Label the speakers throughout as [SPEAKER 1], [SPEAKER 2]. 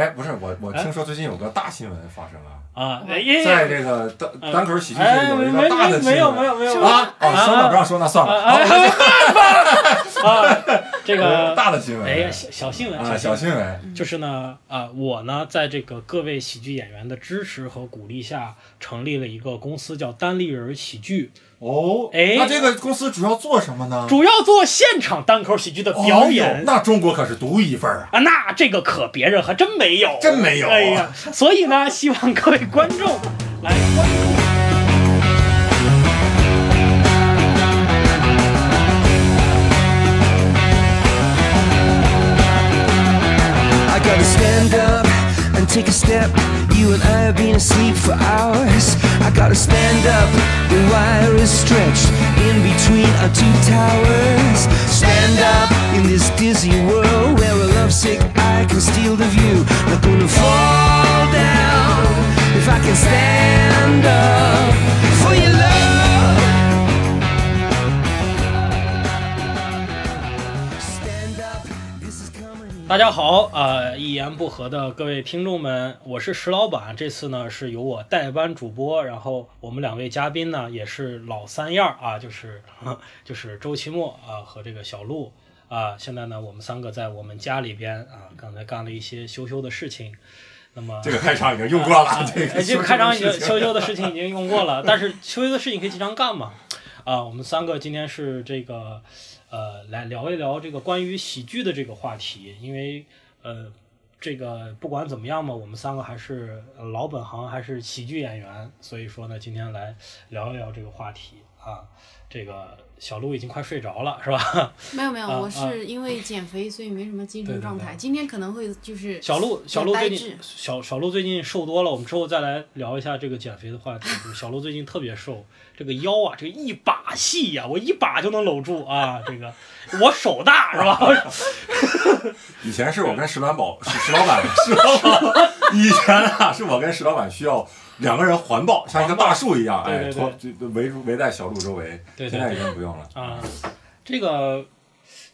[SPEAKER 1] 哎，不是我，我听说最近有个大新闻发生了，
[SPEAKER 2] 啊，哎呀
[SPEAKER 1] 在这个单单口喜剧界
[SPEAKER 2] 哎，
[SPEAKER 1] 有
[SPEAKER 2] 没
[SPEAKER 1] 一个大
[SPEAKER 2] 没
[SPEAKER 1] 的
[SPEAKER 2] 没
[SPEAKER 1] 新
[SPEAKER 2] 有没
[SPEAKER 1] 闻
[SPEAKER 2] 有没有
[SPEAKER 1] 啊！哦，算了，不让说那算了，
[SPEAKER 2] 哎 啊，这
[SPEAKER 1] 呃
[SPEAKER 2] 个
[SPEAKER 1] 大的新闻，
[SPEAKER 2] 哎呀，小小新闻，嗯
[SPEAKER 1] 啊，
[SPEAKER 2] 小
[SPEAKER 1] 小
[SPEAKER 2] 新
[SPEAKER 1] 新闻，
[SPEAKER 2] 闻，就是呢，啊，我呢，在这个各位喜剧演员的支持和鼓励下，成立了一个公司，叫单立人喜剧，
[SPEAKER 1] 哦，
[SPEAKER 2] 哎
[SPEAKER 1] 那这个公司主要做什么呢？
[SPEAKER 2] 主要做现场单口喜剧的表
[SPEAKER 1] 哦
[SPEAKER 2] 演。
[SPEAKER 1] 那中国可是独一份儿啊！
[SPEAKER 2] 啊，那这个可别人还真没有，
[SPEAKER 1] 真没有啊
[SPEAKER 2] 哎呀，所以呢，希望各位观众来关注。
[SPEAKER 3] I gotta stand up and take a step. You and I have been asleep for hours. I gotta stand up, the wire is stretched in between our two towers. Stand up in this dizzy world where a lovesick eye can steal the view. Not gonna fall down if I can stand up for your love. Stand up, this is coming.
[SPEAKER 2] 大家好，呃，一言不合的各位听众们，我是石老板。这次呢是由我代班主播，然后我们两位嘉宾呢也是老三样儿啊，就是 就是周奇墨啊和这个小鹿啊。现在呢我们三个在我们家里边啊，刚才干了一些羞羞的事情。那么
[SPEAKER 1] 这个开场已经用过了，这
[SPEAKER 2] 哎，
[SPEAKER 1] 个
[SPEAKER 2] 这个开场已经
[SPEAKER 1] 事情
[SPEAKER 2] 羞羞的事情已经用过了，但是羞羞的事情可以经常干嘛？啊，我们三个今天是这个，呃，来聊一聊这个关于喜剧的这个话题，因为呃，这个不管怎么样嘛，我们三个还是呃老本行，还是喜剧演员，所以说呢，今天来聊一聊这个话题啊。这个小鹿已经快睡着了，是吧？
[SPEAKER 4] 没有没有，
[SPEAKER 2] 啊
[SPEAKER 4] 我
[SPEAKER 2] 啊
[SPEAKER 4] 是因为减肥，所以没什么精
[SPEAKER 2] 对对
[SPEAKER 4] 神状态。
[SPEAKER 2] 对
[SPEAKER 4] 今天可能会就是
[SPEAKER 2] 小鹿，小鹿
[SPEAKER 4] 很呆
[SPEAKER 2] 最近
[SPEAKER 4] 滞
[SPEAKER 2] 小小鹿最近瘦多了，我们之后再来聊一下这个减肥的话题。小鹿最近特别瘦，这个腰啊，这个一把细呀、我一把就能搂住啊。这个我手大是吧？
[SPEAKER 1] 以前是我跟石板宝、石石老板、 石老板，以前啊是我跟石老板需要两个人环抱，像一个大树一样，
[SPEAKER 2] 对
[SPEAKER 1] 哎，
[SPEAKER 2] 对
[SPEAKER 1] 托
[SPEAKER 2] 对
[SPEAKER 1] 就围住围在小鹿周围。
[SPEAKER 2] 对对
[SPEAKER 1] 现在已经不用了。
[SPEAKER 2] 啊，这个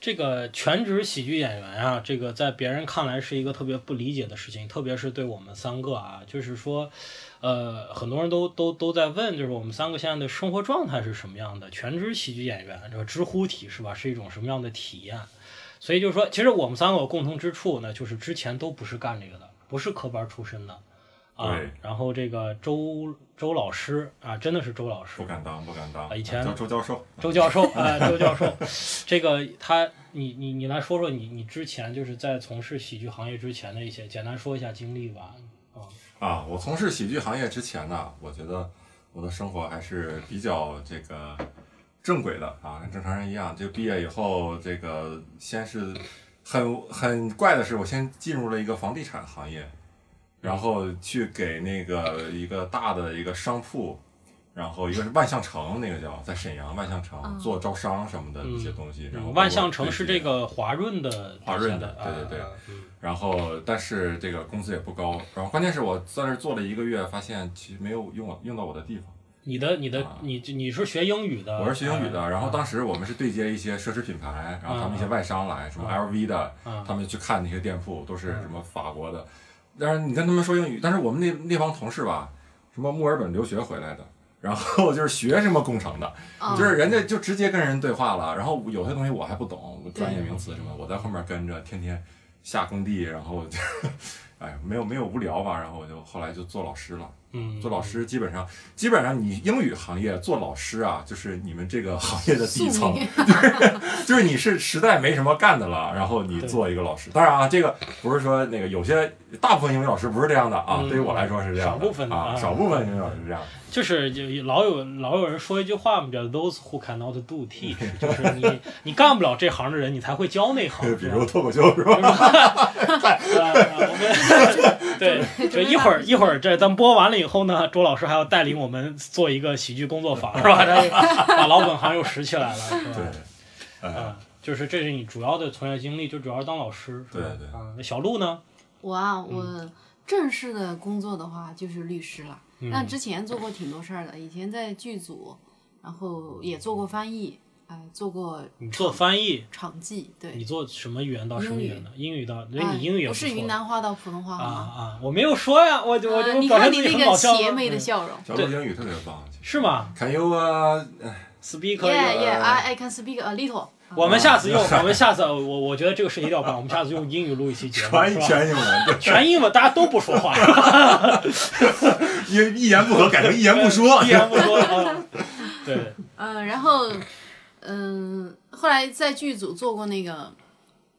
[SPEAKER 2] 这个全职喜剧演员啊，这个在别人看来是一个特别不理解的事情，特别是对我们三个啊，就是说，呃，很多人都都都在问，就是我们三个现在的生活状态是什么样的？全职喜剧演员这个知乎体是吧，是一种什么样的体验？所以就是说，其实我们三个有共同之处呢，就是之前都不是干这个的，不是科班出身的。啊
[SPEAKER 1] 对，
[SPEAKER 2] 然后这个周周老师啊，真的是周老师，
[SPEAKER 1] 不敢当，不敢当。
[SPEAKER 2] 啊以前
[SPEAKER 1] 叫周教授，
[SPEAKER 2] 周教授，啊，周教授，这个他，你你你来说说你你之前就是在从事喜剧行业之前的一些，简单说一下经历吧。啊，
[SPEAKER 1] 啊，我从事喜剧行业之前呢，我觉得我的生活还是比较这个正轨的啊，跟正常人一样。就毕业以后，这个先是很很怪的是，我先进入了一个房地产行业，然后去给那个一个大的一个商铺，然后一个是万象城，那个叫在沈阳万象城做招商什么的一些东西。然后
[SPEAKER 2] 嗯万象城是
[SPEAKER 1] 这
[SPEAKER 2] 这
[SPEAKER 1] 个。
[SPEAKER 2] 个华润的
[SPEAKER 1] 华润的
[SPEAKER 2] 的，啊
[SPEAKER 1] 对对对
[SPEAKER 2] 啊嗯
[SPEAKER 1] 然后但是这个工资也不高，然后关键是我在那儿做了一个月，发现其实没有用到用到我的地方。
[SPEAKER 2] 你的你的
[SPEAKER 1] 啊
[SPEAKER 2] 你你是学英语的，
[SPEAKER 1] 我是学英语的，
[SPEAKER 2] 啊
[SPEAKER 1] 然后当时我们是对接一些奢侈品牌，然后他们一些外商来，什么 LV 的，
[SPEAKER 2] 啊
[SPEAKER 1] 他们去看那些店铺，都是什么法国的。但是你跟他们说英语，但是我们那那帮同事吧，什么墨尔本留学回来的，然后 就是学什么工程的，
[SPEAKER 4] 啊，
[SPEAKER 1] 就是人家就直接跟人对话了，然后有些东西我还不懂，我专业名词什么，我在后面跟着，天天下工地，然后就， 哎，没有没有无聊吧，然后我就后来就做老师了。
[SPEAKER 2] 嗯，
[SPEAKER 1] 做老师基本上，基本上你英语行业做老师啊，就是你们这个行业的底层
[SPEAKER 4] 宿，命
[SPEAKER 1] 就是你是实在没什么干的了，然后你
[SPEAKER 2] 对
[SPEAKER 1] 做一个老师。当然啊，这个不是说那个有些大部分英语老师不是这样的啊，
[SPEAKER 2] 嗯
[SPEAKER 1] 对于我来说是这样的，
[SPEAKER 2] 少部分的
[SPEAKER 1] 啊，
[SPEAKER 2] 啊
[SPEAKER 1] 少部分英语老师是这样的。
[SPEAKER 2] 就是有老有老有人说一句话嘛，叫 those who cannot do teach，就是你 你干不了这行的人，你才会教那行。
[SPEAKER 1] 比
[SPEAKER 2] 是吧
[SPEAKER 1] 如脱口秀是吧？
[SPEAKER 2] 啊，我 们对，就一会儿一会儿这咱们播完了以后呢，周老师还要带领我们做一个喜剧工作坊，是吧？把老本行又拾起来了，是吧？
[SPEAKER 1] 对，
[SPEAKER 2] 啊，就是这是你主要的从业经历，就主要是当老师，是吧？
[SPEAKER 1] 对对
[SPEAKER 2] 啊，那小鹿呢？
[SPEAKER 4] 我啊，
[SPEAKER 2] 嗯
[SPEAKER 4] 我正式的工作的话就是律师了。
[SPEAKER 2] 嗯
[SPEAKER 4] 那之前做过挺多事儿的，以前在剧组，然后也做过翻译，哎做过
[SPEAKER 2] 你做翻译，
[SPEAKER 4] 场记，对
[SPEAKER 2] 你，做什么语言到什么语言的？英语到，所以
[SPEAKER 4] 哎
[SPEAKER 2] 你英语也
[SPEAKER 4] 不
[SPEAKER 2] 错
[SPEAKER 4] 是云南话到普通话
[SPEAKER 2] 啊
[SPEAKER 4] 好吗？
[SPEAKER 2] 啊！我没有说呀，我就我
[SPEAKER 4] 啊
[SPEAKER 2] 就
[SPEAKER 4] 你
[SPEAKER 2] 表现
[SPEAKER 4] 看你
[SPEAKER 2] 自己
[SPEAKER 4] 那
[SPEAKER 2] 很搞
[SPEAKER 4] 个
[SPEAKER 2] 笑吗。
[SPEAKER 4] 邪魅的
[SPEAKER 2] 嗯
[SPEAKER 4] 笑容。
[SPEAKER 1] 小鹿英语特别棒，其实
[SPEAKER 2] 是吗
[SPEAKER 1] Can you 啊？
[SPEAKER 2] ？Speak
[SPEAKER 4] Yeah, yeah,
[SPEAKER 1] uh,
[SPEAKER 4] I I can speak a little. 啊
[SPEAKER 2] 我们下 次用，我们下次我我觉得这个事情一定要办，我们下次用英语录一期节目，
[SPEAKER 1] 全全
[SPEAKER 2] 是吧？
[SPEAKER 1] 英文，对，
[SPEAKER 2] 全英文，大家都不说话，
[SPEAKER 1] 一一言不合改成一言不说
[SPEAKER 2] 一。言不 说啊。 对，
[SPEAKER 4] 嗯，然后，嗯，后来在剧组做过那个，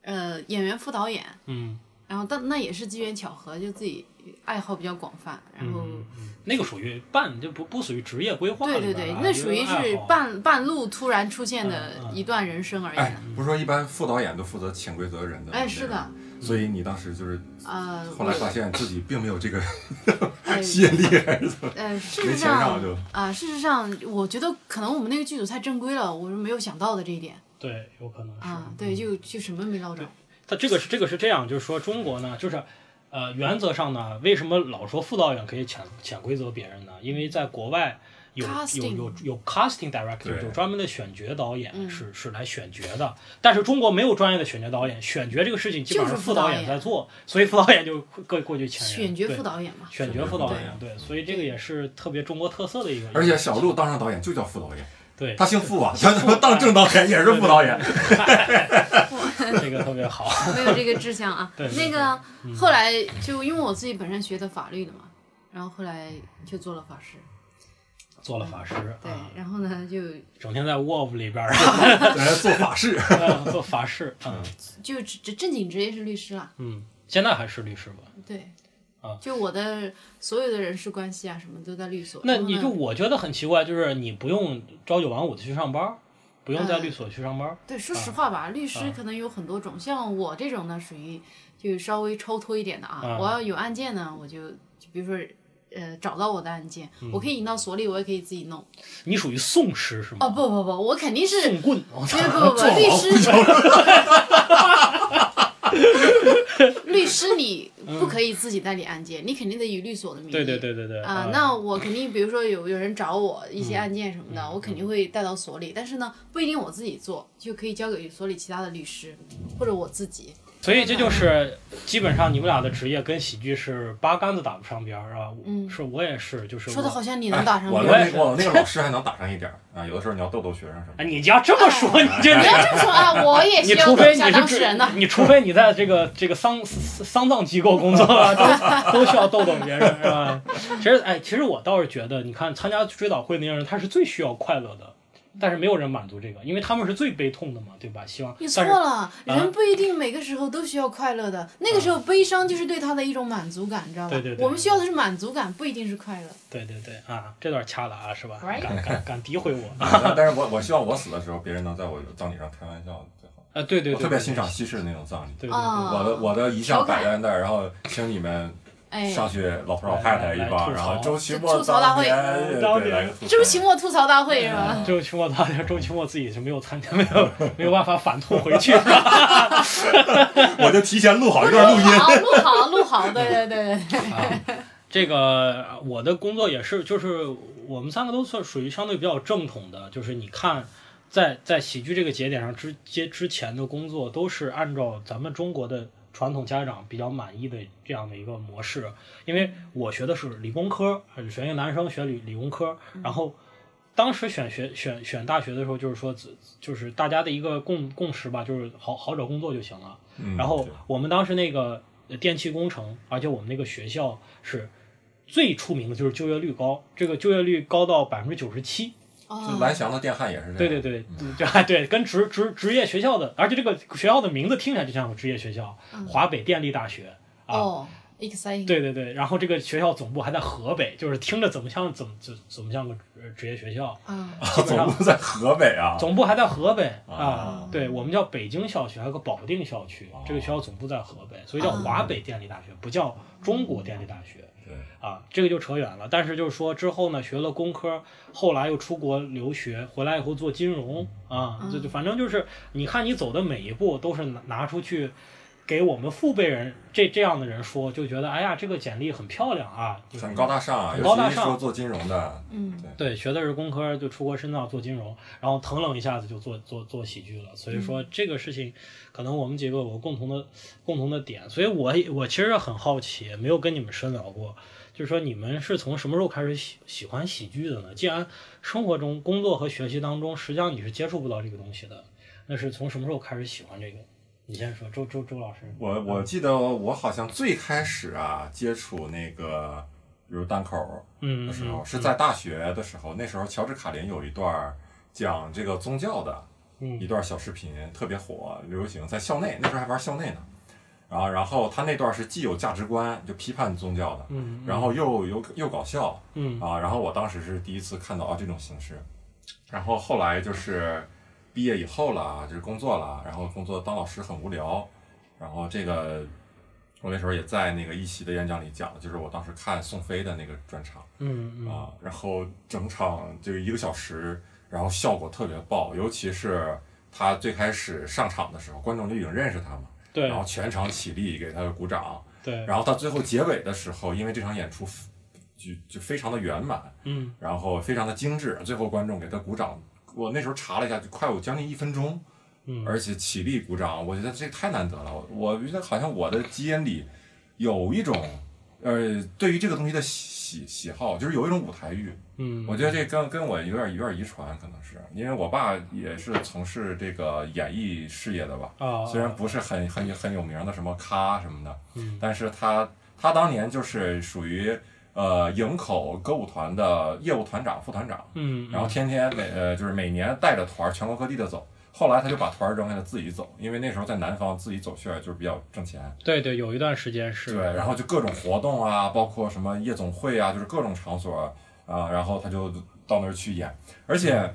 [SPEAKER 4] 呃，演员副导演，
[SPEAKER 2] 嗯，
[SPEAKER 4] 然后但那也是机缘巧合，就自己爱好比较广泛，然后、
[SPEAKER 2] 嗯那个属于半，就不不属于职业规划
[SPEAKER 4] 嗯对
[SPEAKER 2] 里
[SPEAKER 4] 对
[SPEAKER 2] 边
[SPEAKER 4] 对
[SPEAKER 2] 了啊，
[SPEAKER 4] 那属于是。半半路突然出
[SPEAKER 2] 嗯
[SPEAKER 4] 现的
[SPEAKER 2] 嗯
[SPEAKER 4] 一段人生 而已。
[SPEAKER 1] 哎，不是说一般副导演都负责潜规则人的，
[SPEAKER 4] 哎，是的，，
[SPEAKER 1] 所以你当时就是
[SPEAKER 4] 呃，
[SPEAKER 1] 后来发现自己并没有这个
[SPEAKER 4] 哎
[SPEAKER 1] 吸引力，还是怎么？
[SPEAKER 4] 呃，事
[SPEAKER 1] 没
[SPEAKER 4] 实
[SPEAKER 1] 钱
[SPEAKER 4] 上
[SPEAKER 1] 上就
[SPEAKER 4] 啊、事实上，我觉得可能我们那个剧组太正规了，我是没有想到的这一点
[SPEAKER 2] 有人爱好对，有可能是。
[SPEAKER 4] 啊、对，就就什么没捞着。
[SPEAKER 2] 它这个是这个是这样，就是说中国呢，就是呃原则上呢，为什么老说副导演可以潜潜规则别人呢？因为在国外有有
[SPEAKER 4] Casting 嗯
[SPEAKER 2] 有有 casting director，
[SPEAKER 1] 对
[SPEAKER 2] 有专门的选角导演是是来选角的，但是中国没有专业的选角导演，选角这个事情基本上
[SPEAKER 4] 就是
[SPEAKER 2] 副
[SPEAKER 4] 副
[SPEAKER 2] 导
[SPEAKER 4] 导
[SPEAKER 2] 演
[SPEAKER 4] 演
[SPEAKER 2] 在做，所以副导演就过过去潜人
[SPEAKER 4] 选角
[SPEAKER 2] 对
[SPEAKER 4] 副导演嘛，
[SPEAKER 2] 选角副导演
[SPEAKER 1] 选角副
[SPEAKER 2] 对，所以这个也是特别中国特色的一个，
[SPEAKER 1] 而且小鹿当上导演就叫副导演，
[SPEAKER 2] 对
[SPEAKER 1] 他姓傅啊，他他妈当正导演也是副导 演。
[SPEAKER 2] 这个特别好，
[SPEAKER 4] 没有这个志向啊。
[SPEAKER 2] 对对嗯
[SPEAKER 4] 那个后来就因为我自己本身学的法律的嘛，然后后来就做了法师，
[SPEAKER 2] 啊做了法师
[SPEAKER 4] 对，
[SPEAKER 2] 啊，
[SPEAKER 4] 然后呢就
[SPEAKER 2] 整天在 Wolf 里 边儿
[SPEAKER 1] 来做法事，
[SPEAKER 2] 做法事啊，
[SPEAKER 4] 就正正经职业是律师啦，
[SPEAKER 2] 嗯，现在还是律师吧。
[SPEAKER 4] 对
[SPEAKER 2] 啊。
[SPEAKER 4] 就我的所有的人事关系啊，什么都在律所。
[SPEAKER 2] 那
[SPEAKER 4] 然后
[SPEAKER 2] 你
[SPEAKER 4] 呢
[SPEAKER 2] 就我觉得很奇怪，就是你不用朝九晚五的去上班儿，不用
[SPEAKER 4] 嗯
[SPEAKER 2] 在律所去上班儿。
[SPEAKER 4] 对，说实话吧，律
[SPEAKER 2] 啊
[SPEAKER 4] 师可能有很多种，像我这种呢，属于就稍微超脱一点的啊。
[SPEAKER 2] 嗯
[SPEAKER 4] 我要有案件呢，我就就比如说，呃，找到我的案件，
[SPEAKER 2] 嗯
[SPEAKER 4] 我可以引到所里，我也可以自己弄。
[SPEAKER 2] 你属于送师是
[SPEAKER 4] 哦，
[SPEAKER 2] 吗？
[SPEAKER 4] 不不不，我肯定是
[SPEAKER 2] 送棍，
[SPEAKER 4] 不不不，律师， 律师你不可以自己代理案件，你肯定得以律所的名义。
[SPEAKER 2] 对对对对对嗯
[SPEAKER 4] 啊、那我肯定，比如说有有人找我一些案件什么的，
[SPEAKER 2] 嗯
[SPEAKER 4] 我肯定会带到所里，但是呢，不一定我自己做，就可以交给所里其他的律师或者我自己。
[SPEAKER 2] 所以这就是基本上你们俩的职业跟喜剧是八竿子打不上边儿啊。嗯，是我也是，就是
[SPEAKER 4] 说的
[SPEAKER 2] 我
[SPEAKER 4] 好。像你能打上
[SPEAKER 1] 我
[SPEAKER 4] 别
[SPEAKER 1] 的
[SPEAKER 4] 人。
[SPEAKER 2] 也
[SPEAKER 1] 那
[SPEAKER 2] 是
[SPEAKER 1] 我那个老师还能打上一点儿啊，有的时候你要逗逗学生什么
[SPEAKER 2] 哎，
[SPEAKER 1] 的。
[SPEAKER 2] 你要这么说，你这
[SPEAKER 4] 你要这么说啊，我也
[SPEAKER 2] 你
[SPEAKER 4] 需要
[SPEAKER 2] 除
[SPEAKER 4] 做
[SPEAKER 2] 非
[SPEAKER 4] 一
[SPEAKER 2] 你
[SPEAKER 4] 下
[SPEAKER 2] 是
[SPEAKER 4] 当事人
[SPEAKER 2] 这
[SPEAKER 4] 呢。
[SPEAKER 2] 你除非你在这个这个丧丧葬机构工作啊，都都需要逗逗别人是吧？其实哎，其实我倒是觉得，你看参加追悼会那些人，他是最需要快乐的，但是没有人满足这个，因为他们是最悲痛的嘛，对吧？希望
[SPEAKER 4] 你错
[SPEAKER 2] 但是啊
[SPEAKER 4] 了，人不一定每个时候都需要快乐的。那个时候悲伤就是对他的一种满足感，你知道吧？
[SPEAKER 2] 对对对
[SPEAKER 4] 我们需要的是满足感，不一定是快乐。
[SPEAKER 2] 对对对啊，这段掐了啊，是吧？
[SPEAKER 4] Right
[SPEAKER 2] 敢敢敢诋毁我啊！
[SPEAKER 1] 但但是我我希望我死的时候，别人能在我葬礼上开玩笑最好。
[SPEAKER 2] 对对对，
[SPEAKER 1] 我特别
[SPEAKER 2] 对
[SPEAKER 1] 欣赏。西式那种葬礼，
[SPEAKER 2] 对对
[SPEAKER 4] 啊
[SPEAKER 1] 我的我的遗像摆在那儿，然后请你们
[SPEAKER 4] 哎，
[SPEAKER 1] 上去老头老太太一帮，
[SPEAKER 2] 来来来
[SPEAKER 1] 然后
[SPEAKER 2] 吐槽
[SPEAKER 1] 周奇墨
[SPEAKER 4] 吐槽大会
[SPEAKER 1] 年
[SPEAKER 2] 当
[SPEAKER 1] 对，
[SPEAKER 2] 年
[SPEAKER 1] 来个吐槽
[SPEAKER 4] 周奇墨吐槽大会 是吧？
[SPEAKER 2] 周奇墨当年，周奇墨自己是没有参加，没有没有办法反吐回去，是吧？
[SPEAKER 1] 我就提前录好一
[SPEAKER 2] 啊
[SPEAKER 1] 段录
[SPEAKER 4] 录
[SPEAKER 1] 音。
[SPEAKER 4] 好，录好，录好，对对对对对。
[SPEAKER 2] 这个我的工作也是，就是我们三个都算属于相对比较正统的，就是你看，在在喜剧这个节点上之接之前的工作，都是按照咱们中国的传统家长比较满意的这样的一个模式。因为我学的是理工科，学一个男生学理理工科，然后当时选学选选大学的时候，就是说自就是大家的一个共共识吧，就是好好找工作就行了。
[SPEAKER 1] 嗯
[SPEAKER 2] 然后
[SPEAKER 1] 对
[SPEAKER 2] 我们当时那个呃电气工程，而且我们那个学校是最出名的就是就业率高，这个就业率高到百分之九十七。
[SPEAKER 4] 哦
[SPEAKER 1] 就蓝翔的电焊也是这样。
[SPEAKER 2] 对对对，
[SPEAKER 1] 嗯
[SPEAKER 2] 对 啊对，跟职职职业学校的，而且这个学校的名字听起来就像有职业学校，华北电力大学啊。
[SPEAKER 4] 哦，exciting。
[SPEAKER 2] 对对对，然后这个学校总部还在河北，就是听着怎么像怎么怎怎么像个职职业学校，
[SPEAKER 4] 啊，
[SPEAKER 1] 他总部在河北啊，
[SPEAKER 2] 总部还在河北啊。对我们叫北京校区，还有个保定校区，
[SPEAKER 1] 啊
[SPEAKER 2] 这个学校总部在河北，所以叫华北电力大学，不叫中国电力大学。
[SPEAKER 1] 对
[SPEAKER 2] 啊，这个就扯远了。但是就是说之后呢，学了工科，后来又出国留学，回来以后做金融啊，这就反正就是你看你走的每一步都是拿拿出去给我们父辈人这这样的人说，就觉得哎呀，这个简历很漂亮啊，就是
[SPEAKER 1] 很高大上啊，
[SPEAKER 2] 很高大
[SPEAKER 1] 尤其
[SPEAKER 2] 上
[SPEAKER 1] 说做金融的，
[SPEAKER 4] 嗯
[SPEAKER 2] 对，学的是工科，就出国深造做金融，然后腾楞一下子就做做做喜剧了。所以说这个事情，可能我们几个有共同的共同的点。所以我也我其实很好奇，没有跟你们深聊过，就是说你们是从什么时候开始喜喜欢喜剧的呢？既然生活中、工作和学习当中，实际上你是接触不到这个东西的，那是从什么时候开始喜欢这个？你先说，周周周老师，
[SPEAKER 1] 我我记得我好像最开始啊接触那个，比如单口
[SPEAKER 2] 嗯
[SPEAKER 1] 的时候，
[SPEAKER 2] 嗯
[SPEAKER 1] 是在大学的时候，那时候乔治卡林有一段儿讲这个宗教的
[SPEAKER 2] 嗯
[SPEAKER 1] 一段小视频，特别火，流行在校内，那时候还玩校内呢。然后，然后他那段是既有价值观，就批判宗教的，
[SPEAKER 2] 嗯
[SPEAKER 1] 然后又有又搞笑，
[SPEAKER 2] 嗯
[SPEAKER 1] 啊，然后我当时是第一次看到啊这种形式，然后后来就是毕业以后了啊，就是工作了，然后工作当老师很无聊，然后这个我那时候也在那个一席的演讲里讲的，就是我当时看宋飞的那个专场
[SPEAKER 2] 嗯嗯
[SPEAKER 1] 啊，然后整场就一个小时，然后效果特别爆，尤其是他最开始上场的时候，观众就已经认识他嘛，
[SPEAKER 2] 对
[SPEAKER 1] 然后全场起立给他鼓掌，
[SPEAKER 2] 对，
[SPEAKER 1] 然后到最后结尾的时候，因为这场演出就就非常的圆满，
[SPEAKER 2] 嗯
[SPEAKER 1] 然后非常的精致，最后观众给他鼓掌。我那时候查了一下，就快有将近一分钟，
[SPEAKER 2] 嗯
[SPEAKER 1] 而且起立鼓掌，我觉得这太难得了。我我觉得好像我的基因里有一种呃，对于这个东西的喜喜好，就是有一种舞台欲。
[SPEAKER 2] 嗯，
[SPEAKER 1] 我觉得这跟跟我有点有点遗传，可能是因为我爸也是从事这个演艺事业的吧。
[SPEAKER 2] 啊，
[SPEAKER 1] 虽然不是很很很有名的什么咖什么的，
[SPEAKER 2] 嗯
[SPEAKER 1] 但是他他当年就是属于呃营口歌舞团的业务团长、副团长，
[SPEAKER 2] 嗯，
[SPEAKER 1] 然后天天每呃就是每年带着团儿全国各地的走。后来他就把团儿扔下来自己走，因为那时候在南方自己走穴就是比较挣钱，
[SPEAKER 2] 对对，有一段时间是
[SPEAKER 1] 对，然后就各种活动啊，包括什么夜总会啊，就是各种场所啊、然后他就到那儿去演。而
[SPEAKER 2] 嗯
[SPEAKER 1] 且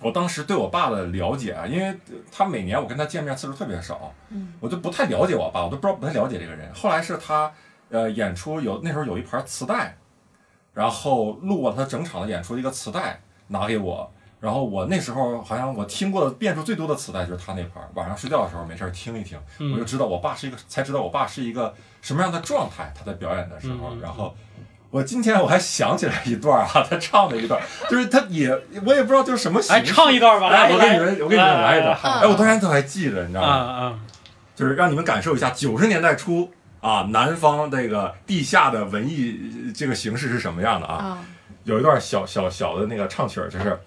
[SPEAKER 1] 我当时对我爸的了解啊，因为他每年我跟他见面次数特别少，
[SPEAKER 4] 嗯，
[SPEAKER 1] 我就不太了解我爸，我都不知道不太了解这个人。后来是他呃演出有那时候有一盘磁带，然后录了他整场的演出的一个磁带拿给我。然后我那时候好像我听过的遍数最多的磁带就是他那盘儿，晚上睡觉的时候没事儿听一听，
[SPEAKER 2] 嗯
[SPEAKER 1] 我就知道我爸是一个，才知道我爸是一个什么样的状态，他在表演的时候。
[SPEAKER 2] 嗯
[SPEAKER 1] 然后我今天我还想起来一段儿啊，他唱的一段儿，就是他也我也不知道就是什么形
[SPEAKER 2] 哎，
[SPEAKER 1] 式
[SPEAKER 2] 唱一段吧，
[SPEAKER 1] 哎，
[SPEAKER 2] 来，
[SPEAKER 1] 我给你们，我给你们来一段。
[SPEAKER 2] 啊
[SPEAKER 1] 哎，我到现在都还记着，你知道
[SPEAKER 2] 啊
[SPEAKER 1] 吗？
[SPEAKER 2] 啊，
[SPEAKER 1] 就是让你们感受一下九十年代初啊，南方这个地下的文艺呃这个形式是什么样的啊？
[SPEAKER 4] 啊，
[SPEAKER 1] 有一段小小小的那个唱曲儿，就是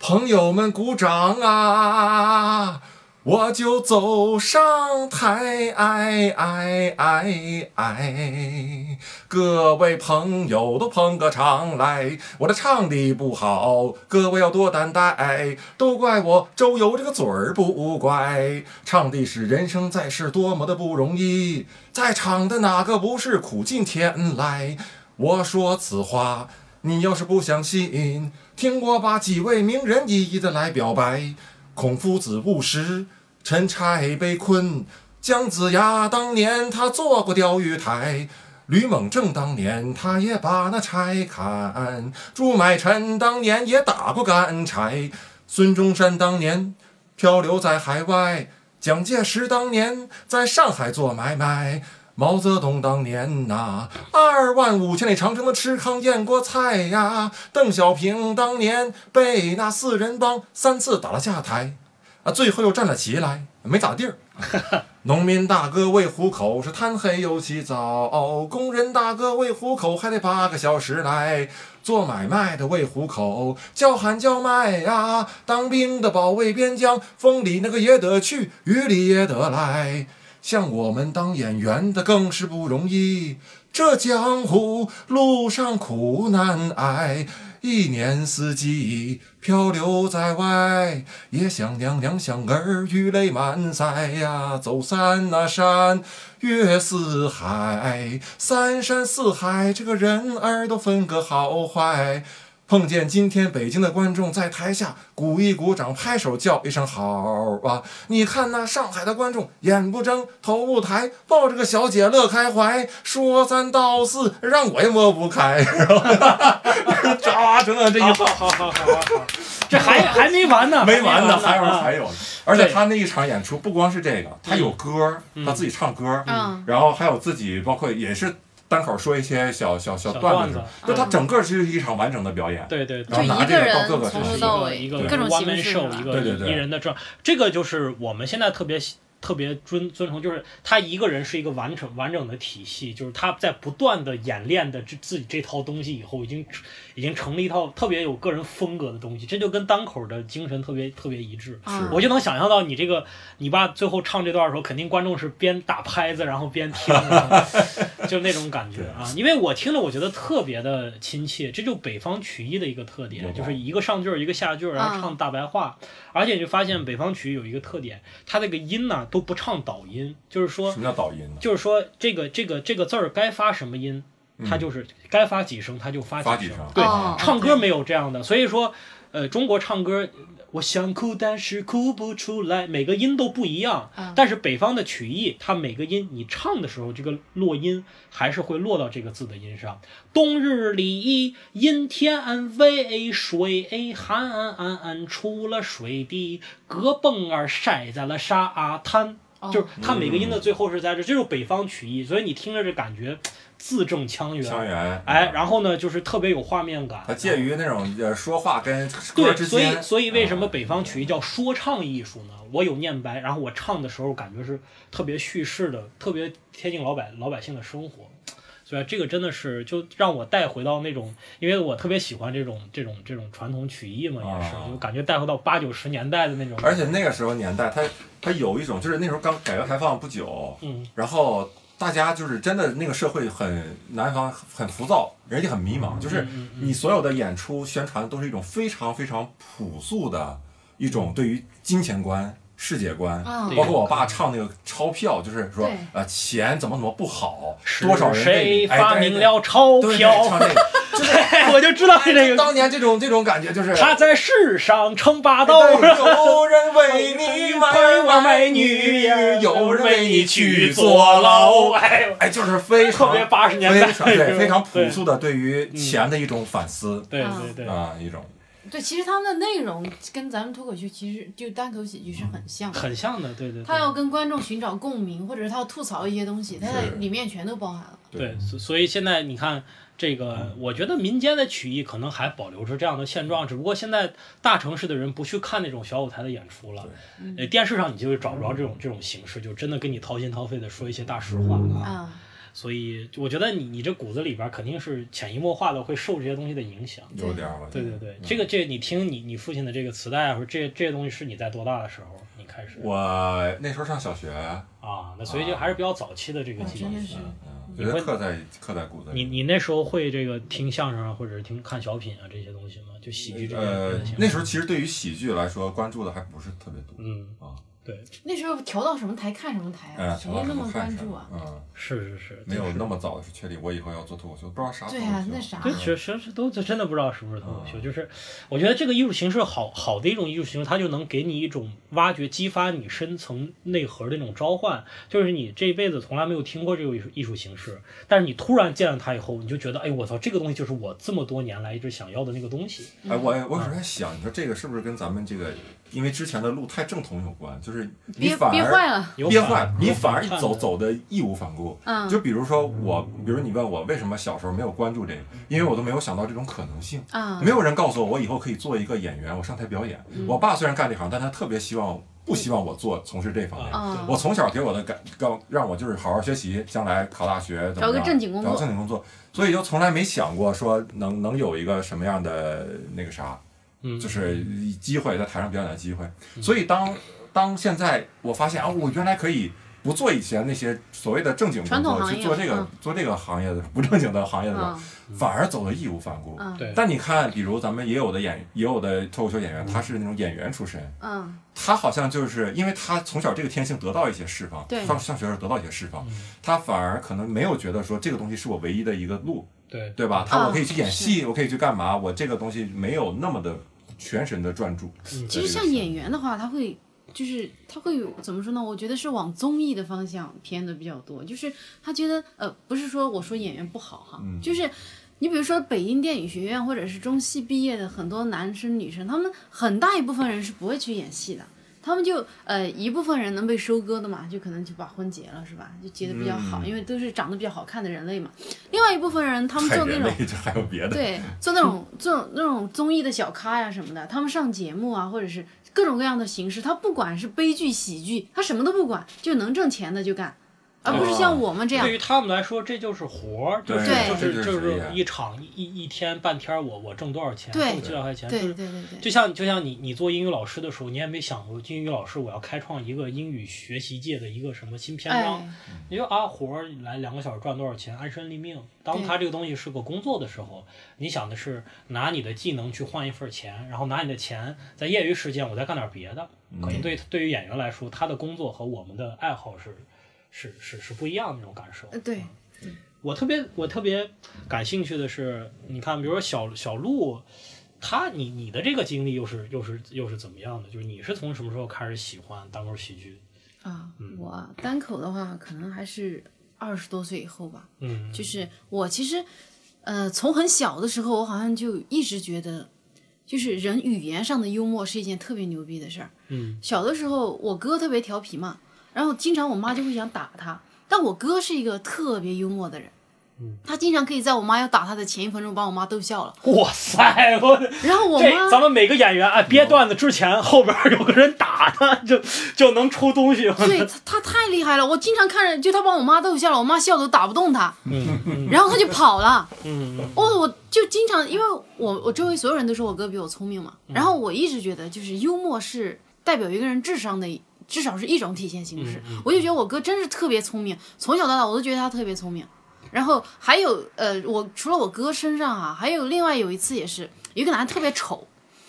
[SPEAKER 1] 朋友们鼓掌啊。我就走上台，哎哎哎哎，各位朋友都捧个场来，我这唱的不好，各位要多担待，都怪我周游这个嘴儿不乖，唱的是人生在世多么的不容易，在场的哪个不是苦尽甜来？我说此话，你要是不相信，听我把几位名人一一的来表白。孔夫子务实，钦差被困；姜子牙当年他做过钓鱼台，吕蒙正当年他也把那柴砍，朱买臣当年也打过干柴，孙中山当年漂流在海外，蒋介石当年在上海做买卖。毛泽东当年呐、二万五千里长征的吃糠咽锅菜呀、邓小平当年被那四人帮三次打了下台，啊，最后又站了起来，没咋地儿。农民大哥为糊口是贪黑又起早，工人大哥为糊口还得八个小时来。做买卖的为糊口叫喊叫卖呀、当兵的保卫边疆，风里那个也得去，雨里也得来。像我们当演员的更是不容易，这江湖路上苦难挨，一年四季漂流在外，也想娘娘想儿鱼泪满载呀，走山啊山，越四海，三山四海，这个人儿都分个好坏。碰见今天北京的观众在台下鼓一鼓掌、拍手叫一声好啊！你看那上海的观众眼不睁、头不抬，抱着个小姐乐开怀，说三道四，让我也抹不开。然后啊，整整这一
[SPEAKER 2] 好好好好好好，这还还没完呢，
[SPEAKER 1] 没完呢，
[SPEAKER 2] 呢，
[SPEAKER 1] 还有
[SPEAKER 2] 啊
[SPEAKER 1] 还有呢，而且他那一场演出不光是这个，他有歌儿，他自己唱歌儿，
[SPEAKER 4] 嗯
[SPEAKER 1] 然后还有自己包括也是单口说一些小小小
[SPEAKER 2] 小
[SPEAKER 1] 段
[SPEAKER 2] 段
[SPEAKER 1] 子什么
[SPEAKER 2] 子，
[SPEAKER 1] 就他整个就是一场完整的表演。
[SPEAKER 2] 对对
[SPEAKER 1] 然
[SPEAKER 4] 就
[SPEAKER 1] 后
[SPEAKER 2] 对。
[SPEAKER 1] 拿
[SPEAKER 4] 一
[SPEAKER 1] 这
[SPEAKER 4] 个
[SPEAKER 1] 个到
[SPEAKER 4] 人
[SPEAKER 1] 各个城
[SPEAKER 4] 从
[SPEAKER 1] 市
[SPEAKER 4] 头
[SPEAKER 1] 去
[SPEAKER 4] 到
[SPEAKER 2] 一
[SPEAKER 4] 尾
[SPEAKER 2] 个
[SPEAKER 4] 各种
[SPEAKER 2] one
[SPEAKER 4] 形
[SPEAKER 2] man
[SPEAKER 4] 式
[SPEAKER 2] show，
[SPEAKER 4] 吧
[SPEAKER 2] 一个
[SPEAKER 1] 对对对
[SPEAKER 2] 一人的状，这个就是我们现在特别喜特别遵遵从，就是他一个人是一个完整完整的体系，就是他在不断的演练的这自己这套东西以后，已经已经成了一套特别有个人风格的东西，这就跟单口的精神特别特别一致。
[SPEAKER 4] 啊
[SPEAKER 2] 我就能想象到你这个，你爸最后唱这段的时候，肯定观众是边打拍子然后边听的，就那种感觉啊。因为我听了，我觉得特别的亲切，这就北方曲艺的一个特
[SPEAKER 1] 有
[SPEAKER 2] 点，
[SPEAKER 1] 吧
[SPEAKER 2] 就是一个上句儿一个下句儿，然后唱大白话。而且你就发现北方曲艺有一个特点，它那个音呢、都不唱导音，就是说
[SPEAKER 1] 什，么叫导音呢？
[SPEAKER 2] 就是说这个这个这个字儿该发什么音，它就是该发几声它就嗯发
[SPEAKER 1] 发
[SPEAKER 2] 几
[SPEAKER 1] 几
[SPEAKER 2] 声
[SPEAKER 1] 声。
[SPEAKER 2] 对
[SPEAKER 4] 哦
[SPEAKER 2] 唱歌没有这样的，所以说，呃，中国唱歌，我想哭但是哭不出来，每个音都不一样。
[SPEAKER 4] 嗯
[SPEAKER 2] 但是北方的曲艺，它每个音你唱的时候，这个落音还是会落到这个字的音上。冬日里，阴天为水哎寒，出了水滴，隔蹦儿晒在了沙啊滩。
[SPEAKER 4] 哦
[SPEAKER 2] 就是它每个音的最后是在这，这就是北方曲艺，所以你听着这感觉字正腔圆。
[SPEAKER 1] 腔圆，
[SPEAKER 2] 哎，
[SPEAKER 1] 后
[SPEAKER 2] 然后呢，就是特别有画面感。
[SPEAKER 1] 他介于那种呃说话跟歌
[SPEAKER 2] 对，
[SPEAKER 1] 之
[SPEAKER 2] 所以
[SPEAKER 1] 间，啊
[SPEAKER 2] 所以为什么北方曲艺叫说唱艺术呢？我有念白，然后我唱的时候感觉是特别叙事的，特别贴近老百老百姓的生活。所以这个真的是就让我带回到那种，因为我特别喜欢这种这种这种传统曲艺嘛，也是
[SPEAKER 1] 啊
[SPEAKER 2] 就感觉带回到八九十年代的那种。
[SPEAKER 1] 而且那个时候年代，他他有一种就是那时候刚改革开放不久，
[SPEAKER 2] 嗯，
[SPEAKER 1] 然后大家就是真的那个社会很南方很浮躁，人也很迷
[SPEAKER 2] 嗯
[SPEAKER 1] 茫，就是你所有的演出宣传都是一种非常非常朴素的一种对于金钱观。世界观，
[SPEAKER 4] 嗯
[SPEAKER 1] 包括我爸唱那个钞票，就是说
[SPEAKER 4] 对，
[SPEAKER 1] 呃，钱怎么怎么不好，多少人被
[SPEAKER 2] 谁
[SPEAKER 1] 你哎
[SPEAKER 2] 发
[SPEAKER 1] 对对
[SPEAKER 2] 明了钞
[SPEAKER 1] 对对唱
[SPEAKER 2] 票？
[SPEAKER 1] 这个，就是
[SPEAKER 2] 我就知道是这个，
[SPEAKER 1] 当年这种这种感觉， 就是
[SPEAKER 2] 他在世上称霸
[SPEAKER 1] 哎
[SPEAKER 2] 道。
[SPEAKER 1] 有人为你买娃买女，有人为你去坐牢。
[SPEAKER 2] 哎呦，
[SPEAKER 1] 哎，就是非常
[SPEAKER 2] 特别80年代
[SPEAKER 1] 非常对
[SPEAKER 2] 对嗯
[SPEAKER 1] 非常朴素的对于钱的一种反思
[SPEAKER 2] 对
[SPEAKER 4] 啊
[SPEAKER 2] 对对，
[SPEAKER 1] 啊，一种
[SPEAKER 4] 对，其实他们的内容跟咱们脱口秀其实就单口喜剧是很像的。
[SPEAKER 2] 很像的，对对。对
[SPEAKER 4] 他要跟观众寻找共鸣，或者是他要吐槽一些东西，他在
[SPEAKER 1] 是
[SPEAKER 4] 里面全都包含了。
[SPEAKER 2] 对，所所以现在你看这个，我觉得民间的曲艺可能还保留着这样的现状，只不过现在大城市的人不去看那种小舞台的演出了，呃，电视上你就会找不着这
[SPEAKER 1] 嗯
[SPEAKER 2] 种这种形式，就真的跟你掏心掏肺的说一些大实话
[SPEAKER 1] 嗯
[SPEAKER 2] 啊。
[SPEAKER 4] 啊，
[SPEAKER 2] 所以我觉得你你这骨子里边肯定是潜移默化的会受这些东西的影响。
[SPEAKER 1] 有点儿吧。
[SPEAKER 2] 对对
[SPEAKER 4] 嗯
[SPEAKER 2] 对，这个这你听你你父亲的这个磁带啊，或者这这些东西是你在多大的时候你开始
[SPEAKER 1] 我那时候上小学，
[SPEAKER 2] 啊？那所以就还是比较早期的这个
[SPEAKER 4] 哇
[SPEAKER 2] 记忆。
[SPEAKER 4] 哦真的是
[SPEAKER 1] 嗯，
[SPEAKER 2] 你
[SPEAKER 1] 觉得
[SPEAKER 2] 会
[SPEAKER 1] 刻在刻在骨子
[SPEAKER 2] 你
[SPEAKER 1] 里。
[SPEAKER 2] 你那时候会这个听相声啊，或者是听看小品啊这些东西吗？就喜剧这些
[SPEAKER 1] 呃
[SPEAKER 2] 类型、，
[SPEAKER 1] 那时候其实对于喜剧来说，关注的还不是特别多
[SPEAKER 2] 嗯，
[SPEAKER 1] 啊。
[SPEAKER 2] 对，
[SPEAKER 4] 那时候调到什么台看什么台啊，
[SPEAKER 1] 哎，
[SPEAKER 4] 谁那么关注啊？
[SPEAKER 1] 嗯，
[SPEAKER 2] 是是是，
[SPEAKER 1] 没有那么早的去确立我以后要做脱口秀，不知道啥脱
[SPEAKER 4] 对
[SPEAKER 1] 口秀。
[SPEAKER 4] 啊，那啥
[SPEAKER 2] 对，，其实其实都真的不知道是不是脱口秀，就是我觉得这个艺术形式好好的一种艺术形式，它就能给你一种挖掘、激发你深层内核的那种召唤，就是你这辈子从来没有听过这个艺术艺术形式，但是你突然见了它以后，你就觉得，哎，我操，这个东西就是我这么多年来一直想要的那个东西。
[SPEAKER 1] 哎，我
[SPEAKER 4] 嗯
[SPEAKER 1] 我有时候在想，你说这个是不是跟咱们这个，因为之前的路太正统有关？就是你
[SPEAKER 4] 憋
[SPEAKER 1] 反而
[SPEAKER 4] 憋坏了，
[SPEAKER 2] 有
[SPEAKER 1] 憋
[SPEAKER 2] 反
[SPEAKER 1] 坏，你
[SPEAKER 2] 有
[SPEAKER 1] 反而一
[SPEAKER 2] 叛
[SPEAKER 1] 走
[SPEAKER 2] 的
[SPEAKER 1] 走的义无反顾。
[SPEAKER 4] 嗯
[SPEAKER 1] 就比如说我，比如你问我为什么小时候没有关注这个，因为我都没有想到这种可能性。
[SPEAKER 4] 啊
[SPEAKER 1] 没有人告诉我我以后可以做一个演员，我上台表演。
[SPEAKER 4] 嗯
[SPEAKER 1] 我爸虽然干这行，但他特别希望不希望我做从事这方面。
[SPEAKER 4] 啊
[SPEAKER 1] 我从小给我的感告让我就是好好学习，将来考大学怎么
[SPEAKER 4] 找个
[SPEAKER 1] 样
[SPEAKER 4] 正经工
[SPEAKER 1] 找个
[SPEAKER 4] 作
[SPEAKER 1] 正经工作，所以就从来没想过说能能有一个什么样的那个啥，
[SPEAKER 2] 嗯
[SPEAKER 1] 就是机会在台上表演的机会。所以当当现在我发现啊，我原来可以。不做以前那些所谓的正经工
[SPEAKER 4] 传统
[SPEAKER 1] 作，
[SPEAKER 4] 行
[SPEAKER 1] 去
[SPEAKER 4] 业
[SPEAKER 1] 做这个、
[SPEAKER 4] 嗯
[SPEAKER 1] 做这个行业的 不正经的行业的时候，
[SPEAKER 4] 啊
[SPEAKER 1] 反而走的义无反顾。
[SPEAKER 4] 啊
[SPEAKER 2] 对，
[SPEAKER 1] 但你看，比如咱们也有的演，也有的脱口秀演员，他是那种演员出身，
[SPEAKER 4] 啊！
[SPEAKER 1] 他好像就是因为他从小这个天性得到一些释放，
[SPEAKER 4] 对
[SPEAKER 2] 嗯
[SPEAKER 1] 上上学的时候得到一些释放，他反而可能没有觉得说这个东西是我唯一的一个路，
[SPEAKER 2] 对
[SPEAKER 1] 对吧？他
[SPEAKER 4] 啊
[SPEAKER 1] 我可以去演戏，我可以去干嘛？我这个东西没有那么的全神的专注。
[SPEAKER 2] 嗯
[SPEAKER 4] 其实像演员的话，他会就是他会有怎么说呢？我觉得是往综艺的方向偏的比较多，就是他觉得呃，不是说我说演员不好哈，
[SPEAKER 1] 嗯
[SPEAKER 4] 就是。你比如说北京电影学院或者是中戏毕业的很多男生女生，他们很大一部分人是不会去演戏的，他们就呃一部分人能被收割的嘛，就可能就把婚结了是吧？就结的比较好，
[SPEAKER 1] 嗯
[SPEAKER 4] 因为都是长得比较好看的人类嘛。另外一部分人他们
[SPEAKER 1] 太
[SPEAKER 4] 做那
[SPEAKER 1] 人
[SPEAKER 4] 种
[SPEAKER 1] 类，这还有别的。
[SPEAKER 4] 对，做那种做那种综艺的小咖呀什么的，他们上节目啊，或者是各种各样的形式，他不管是悲剧、喜剧，他什么都不管，就能挣钱的就干，而不是像我们这样
[SPEAKER 2] 对。于他们来说，这就是活儿，就是
[SPEAKER 4] 对
[SPEAKER 2] 就
[SPEAKER 1] 这
[SPEAKER 2] 是
[SPEAKER 1] 就是
[SPEAKER 2] 就
[SPEAKER 1] 职
[SPEAKER 2] 是
[SPEAKER 1] 业
[SPEAKER 2] 一场一一一天半天儿我，我挣多少钱，
[SPEAKER 4] 对
[SPEAKER 2] 挣几百块钱，
[SPEAKER 4] 对
[SPEAKER 2] 就
[SPEAKER 4] 对
[SPEAKER 2] 是
[SPEAKER 4] 对对
[SPEAKER 2] 就像就像你你做英语老师的时候，你也没想过英语老师我要开创一个英语学习界的一个什么新篇章，
[SPEAKER 4] 哎
[SPEAKER 2] 你就啊活儿来两个小时赚多少钱，安身立命。当
[SPEAKER 4] 对
[SPEAKER 2] 他这个东西是个工作的时候，你想的是拿你的技能去换一份钱，然后拿你的钱在业余时间我再干点别的。可能对对于演员来说，他的工作和我们的爱好是是是是不一样的那种感受。
[SPEAKER 4] 呃，对，
[SPEAKER 2] 我特别我特别感兴趣的是，你看，比如说小小鹿，他你你的这个经历又是又是又是怎么样的？就是你是从什么时候开始喜欢单口喜剧？
[SPEAKER 4] 啊，
[SPEAKER 2] 嗯
[SPEAKER 4] 我单口的话，可能还是二十多岁以后吧。
[SPEAKER 2] 嗯，
[SPEAKER 4] 就是我其实，呃，从很小的时候，我好像就一直觉得，就是人语言上的幽默是一件特别牛逼的事儿。
[SPEAKER 2] 嗯，
[SPEAKER 4] 小的时候我哥特别调皮嘛，然后经常我妈就会想打他，但我哥是一个特别幽默的人。
[SPEAKER 2] 嗯
[SPEAKER 4] 他经常可以在我妈要打他的前一分钟把我妈逗笑了，
[SPEAKER 2] 哇塞，我
[SPEAKER 4] 然后我
[SPEAKER 2] 这咱
[SPEAKER 4] 妈
[SPEAKER 2] 们每个演员啊，憋段子之前后边有个人打他，就就能抽东西。
[SPEAKER 4] 对他他太厉害了，我经常看着就他把我妈逗笑了，我妈笑都打不动他，然后他就跑了。
[SPEAKER 2] 嗯，
[SPEAKER 4] 哦，我就经常，因为我我周围所有人都说我哥比我聪明嘛，
[SPEAKER 2] 嗯
[SPEAKER 4] 然后我一直觉得就是幽默是代表一个人智商的一，至少是一种体现形式。
[SPEAKER 2] 嗯
[SPEAKER 4] 我就觉得我哥真是特别聪明，从小到大我都觉得他特别聪明。然后还有呃，我除了我哥身上啊，还有另外有一次也是，有一个男的特别丑，
[SPEAKER 2] 嗯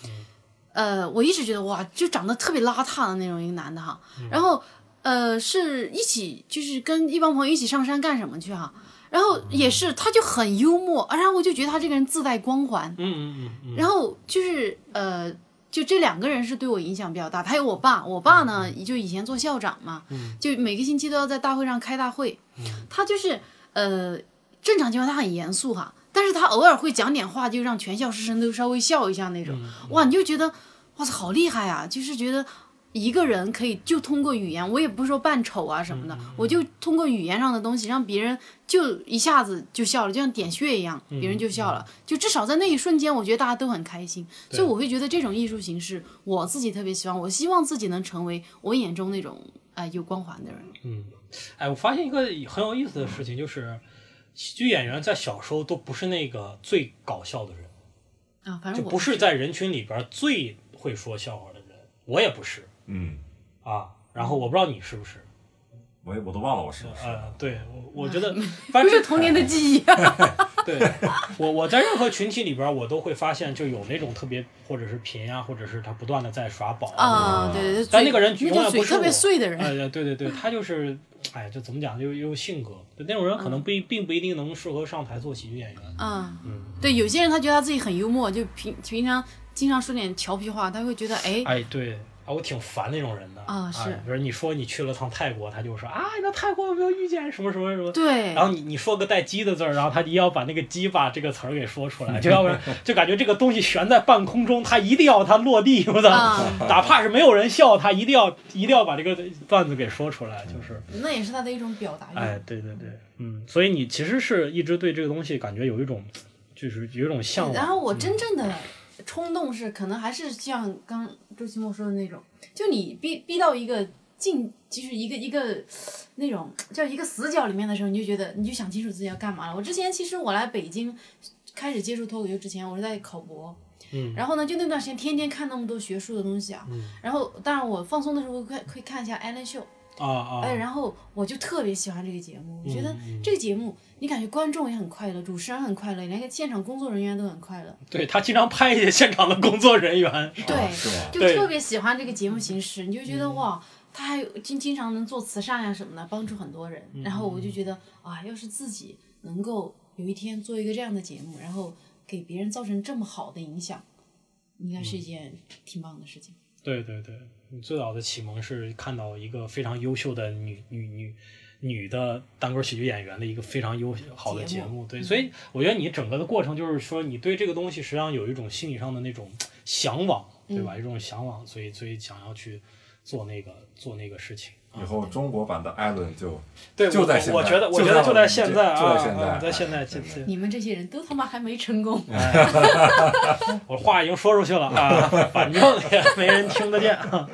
[SPEAKER 4] 呃，我一直觉得哇，就长得特别邋遢的那种一个男的哈，
[SPEAKER 2] 嗯
[SPEAKER 4] 然后呃是一起就是跟一帮朋友一起上山干什么去哈、然后也是，他就很幽默，啊然后我就觉得他这个人自带光环。
[SPEAKER 2] 嗯嗯嗯嗯，
[SPEAKER 4] 然后就是呃，就这两个人是对我影响比较大，还有我爸。我爸呢，就以前做校长嘛，就每个星期都要在大会上开大会。他就是呃，正常情况他很严肃哈，但是他偶尔会讲点话，就让全校师生都稍微笑一下那种。哇，你就觉得哇塞，好厉害啊！就是觉得。一个人可以就通过语言，我也不是说扮丑啊什么的，
[SPEAKER 2] 嗯
[SPEAKER 4] 我就通过语言上的东西让别人就一下子就笑了，就像点穴一样，
[SPEAKER 2] 嗯
[SPEAKER 4] 别人就笑了。就至少在那一瞬间，我觉得大家都很开心，所以我会觉得这种艺术形式我自己特别喜欢，我希望自己能成为我眼中那种呃有光环的人。
[SPEAKER 2] 哎，我发现一个很有意思的事情，就是喜剧演员在小时候都不是那个最搞笑的人。
[SPEAKER 4] 啊，反
[SPEAKER 2] 就
[SPEAKER 4] 正我
[SPEAKER 2] 不哎是在人群里边最会说笑话的人，我也不是
[SPEAKER 1] 嗯，
[SPEAKER 2] 啊。然后我不知道你是不是，
[SPEAKER 1] 我也我都忘了我是不是。
[SPEAKER 2] 呃，对我我觉 得，反
[SPEAKER 4] 不是
[SPEAKER 2] 正
[SPEAKER 4] 童年的记忆、啊
[SPEAKER 2] 对我我在任何群体里边，我都会发现就有那种特别或者是贫啊，或者是他不断的在耍宝
[SPEAKER 4] 啊，对对对，
[SPEAKER 2] 嗯但
[SPEAKER 4] 嘴
[SPEAKER 2] 那个人
[SPEAKER 4] 那
[SPEAKER 2] 永
[SPEAKER 4] 种
[SPEAKER 2] 远
[SPEAKER 4] 嘴
[SPEAKER 2] 不是
[SPEAKER 4] 特别
[SPEAKER 2] 我
[SPEAKER 4] 碎的人，
[SPEAKER 2] 哎，对对对，他就是，哎，就怎么讲，就又性格，就那种人
[SPEAKER 4] 嗯
[SPEAKER 2] 可能不一并不一定能适合上台做喜剧演员。
[SPEAKER 4] 啊，
[SPEAKER 2] 嗯
[SPEAKER 4] 对，有些人他觉得他自己很幽默，就平平常经常说点调皮话，他会觉得哎，
[SPEAKER 2] 哎，对啊，我挺烦那种人的
[SPEAKER 4] 啊是
[SPEAKER 2] 哎比如你说你去了趟泰国，他就说啊，那泰国有没有遇见什么什么什么？
[SPEAKER 4] 对
[SPEAKER 2] 然后你你说个带“鸡”的字儿，然后他一定要把那个“鸡巴”这个词儿给说出 来，就要不然就感觉这个东西悬在半空中，他一定要它落地，我操！
[SPEAKER 4] 啊
[SPEAKER 2] 哪怕是没有人笑，他一定要一定要把这个段子给说出
[SPEAKER 4] 嗯
[SPEAKER 2] 来，就是
[SPEAKER 4] 那也是他的一种表达欲。
[SPEAKER 2] 哎，对对对，嗯，所以你其实是一直对这个东西感觉有一种，就是有一种向往。
[SPEAKER 4] 然后我真正的冲动是，可能还是像刚周奇墨说的那种，就你逼逼到一个境，就是一个一个那种叫一个死角里面的时候，你就觉得你就想清楚自己要干嘛了。我之前其实我来北京开始接触脱口秀之前，我是在考博。
[SPEAKER 2] 嗯
[SPEAKER 4] 然后呢，就那段时间天天看那么多学术的东西啊，然后当然我放松的时候会会看一下艾伦秀，
[SPEAKER 2] 啊啊，
[SPEAKER 4] 哎，然后我就特别喜欢这个节目，我觉得这个节目你感觉观众也很快乐，主持人很快乐，连个现场工作人员都很快乐，
[SPEAKER 2] 对他经常拍一些现场的工作人员，
[SPEAKER 4] 对，
[SPEAKER 1] 是吗
[SPEAKER 4] 就
[SPEAKER 2] 对
[SPEAKER 4] 特别喜欢这个节目形式，你就觉得哇，他还有经经常能做慈善呀、什么的，帮助很多人。然后我就觉得啊，要是自己能够有一天做一个这样的节目，然后给别人造成这么好的影响，应该是一件挺棒的事情。
[SPEAKER 2] 对对对，你最早的启蒙是看到一个非常优秀的女女女女的单口喜剧演员的一个非常优好的节
[SPEAKER 4] 节目
[SPEAKER 2] 对，所以我觉得你整个的过程就是说，你对这个东西实际上有一种心理上的那种向往，对吧？一种向往，所以所以想要去做那个做那个事情。
[SPEAKER 1] 以后中国版的艾伦就
[SPEAKER 2] 对，
[SPEAKER 1] 就
[SPEAKER 2] 我
[SPEAKER 1] 在现
[SPEAKER 2] 我
[SPEAKER 1] 在
[SPEAKER 2] 觉得，我
[SPEAKER 1] 就
[SPEAKER 2] 觉得
[SPEAKER 1] 在
[SPEAKER 2] 就
[SPEAKER 1] 我
[SPEAKER 2] 在
[SPEAKER 1] 们
[SPEAKER 2] 现
[SPEAKER 1] 这
[SPEAKER 2] 在啊，
[SPEAKER 1] 就在现
[SPEAKER 2] 啊
[SPEAKER 1] 在
[SPEAKER 2] 在现
[SPEAKER 1] 哎
[SPEAKER 2] 在，
[SPEAKER 1] 真的
[SPEAKER 2] 这
[SPEAKER 4] 你们这些人都他妈还没成功，
[SPEAKER 2] 我话已经说出去了啊，反正也没人听得见啊。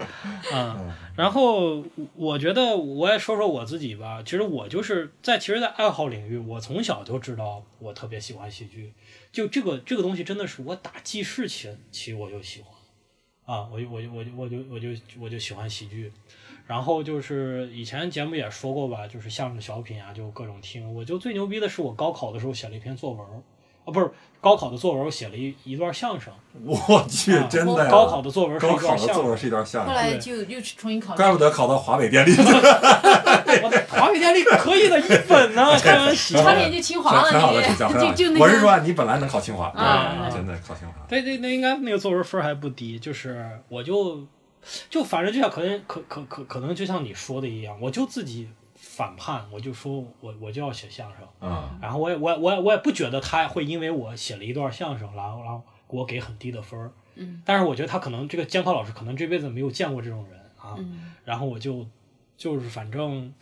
[SPEAKER 2] 嗯然后我觉得我也说说我自己吧。其实我就是在，其实，在爱好领域，我从小就知道我特别喜欢喜剧。就这个这个东西，真的是我打记事起起我就喜欢啊，我就我就我就我就我就我就喜欢喜剧。然后就是以前节目也说过吧，就是相声小品啊，就各种听。我就最牛逼的是，我高考的时候写了一篇作文儿，啊，不是高考的作文，我写了一一段相声。
[SPEAKER 1] 我去
[SPEAKER 2] 啊，
[SPEAKER 1] 真的呀
[SPEAKER 2] 高考的作文是一
[SPEAKER 1] 高
[SPEAKER 2] 段
[SPEAKER 1] 考的
[SPEAKER 2] 相
[SPEAKER 1] 作文
[SPEAKER 2] 声，
[SPEAKER 1] 是一段相
[SPEAKER 4] 后
[SPEAKER 1] 声，
[SPEAKER 4] 来就又重新考。
[SPEAKER 1] 怪不得考到华北电力去，
[SPEAKER 2] 哎我的华北电力可以的一 本呢，开玩笑。
[SPEAKER 4] 差点就清华
[SPEAKER 1] 很好
[SPEAKER 4] 了，
[SPEAKER 1] 的
[SPEAKER 4] 你
[SPEAKER 1] 学校，很好
[SPEAKER 4] 就就
[SPEAKER 1] 的。
[SPEAKER 4] 那
[SPEAKER 1] 我是
[SPEAKER 4] 个。
[SPEAKER 1] 说你本来能考清华，
[SPEAKER 2] 啊
[SPEAKER 1] 对，真的考清华。
[SPEAKER 2] 对对，那应该那个作文分儿还不低，就是我就就反正就像可能可可可可能就像你说的一样，我就自己反叛，我就说我我就要写相声，
[SPEAKER 1] 嗯，
[SPEAKER 2] 然后我也我也我也我也不觉得他会因为我写了一段相声，然后然后给我给很低的分儿，
[SPEAKER 4] 嗯，
[SPEAKER 2] 但是我觉得他可能这个监考老师可能这辈子没有见过这种人啊，
[SPEAKER 4] 嗯
[SPEAKER 2] 然后我就就是反正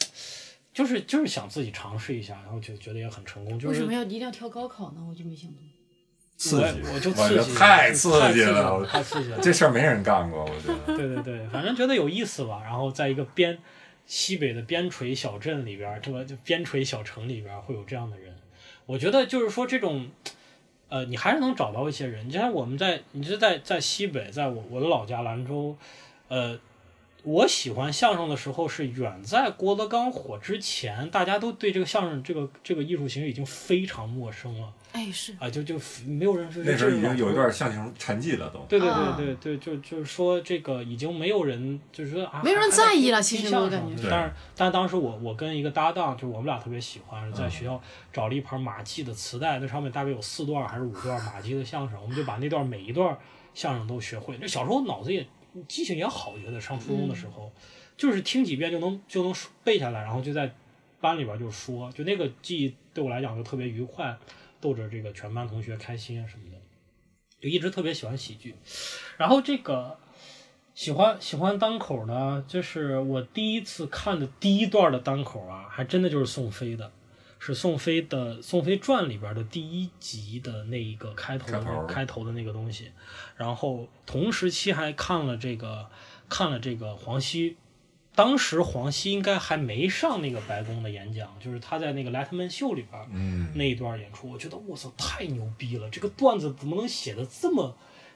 [SPEAKER 2] 就是就是想自己尝试一下，然后就觉得也很成功，就
[SPEAKER 4] 为
[SPEAKER 2] 是
[SPEAKER 4] 什么要一定要挑高考呢？我就没想通。
[SPEAKER 1] 刺
[SPEAKER 2] 我
[SPEAKER 1] 激，
[SPEAKER 2] 我就
[SPEAKER 1] 我觉
[SPEAKER 2] 刺
[SPEAKER 1] 得
[SPEAKER 2] 激，
[SPEAKER 1] 太
[SPEAKER 2] 刺
[SPEAKER 1] 刺激了
[SPEAKER 2] 了，
[SPEAKER 1] 我
[SPEAKER 2] 太刺激了，
[SPEAKER 1] 这事儿没人干过，我觉得。
[SPEAKER 2] 对对对，反正觉得有意思吧。然后在一个边西北的边陲小镇里边儿，这个就边陲小城里边儿会有这样的人，我觉得就是说这种，呃，你还是能找到一些人。你像我们在，你是在在西北，在我我的老家兰州，呃。我喜欢相声的时候是远在郭德纲火之前，大家都对这个相声这个这个艺术形式已经非常陌生了
[SPEAKER 4] 哎，是
[SPEAKER 2] 啊、就就没有人说
[SPEAKER 1] 那时候已经有一
[SPEAKER 2] 段。
[SPEAKER 1] 段相声沉寂了都。
[SPEAKER 2] 对对
[SPEAKER 4] 啊
[SPEAKER 2] 对对对，就就是说这个已经没有人，就是说啊，
[SPEAKER 4] 没有
[SPEAKER 2] 还
[SPEAKER 4] 人
[SPEAKER 2] 在
[SPEAKER 4] 在意
[SPEAKER 2] 听
[SPEAKER 4] 了其
[SPEAKER 2] 听
[SPEAKER 4] 实
[SPEAKER 2] 相
[SPEAKER 4] 我感
[SPEAKER 2] 声
[SPEAKER 4] 觉
[SPEAKER 2] 对但是但当时我我跟一个搭档，就是我们俩特别喜欢，在学校找了一盘马季的磁带，那上面大概有四段还是五段马季的相声，我们就把那段每一段相声都学会。那小时候脑子也记性也好，觉得上初中的
[SPEAKER 4] 嗯
[SPEAKER 2] 时候，就是听几遍就能就能背下来，然后就在班里边就说，就那个记忆对我来讲就特别愉快，逗着这个全班同学开心啊什么的，就一直特别喜欢喜剧。然后这个喜欢喜欢单口呢，就是我第一次看的第一段的单口啊，还真的就是宋飞的。是宋飞的《宋飞传》里边的第一集的那一个开头的
[SPEAKER 1] 开头
[SPEAKER 2] 开头的那个东西，然后同时期还看了这个看了这个黄西当时黄西应该还没上那个白宫的演讲，就是他在那个《莱特曼秀》里边儿
[SPEAKER 1] 嗯，
[SPEAKER 2] 那一段演出，我觉得我操太牛逼了！这个段子怎么能写的这么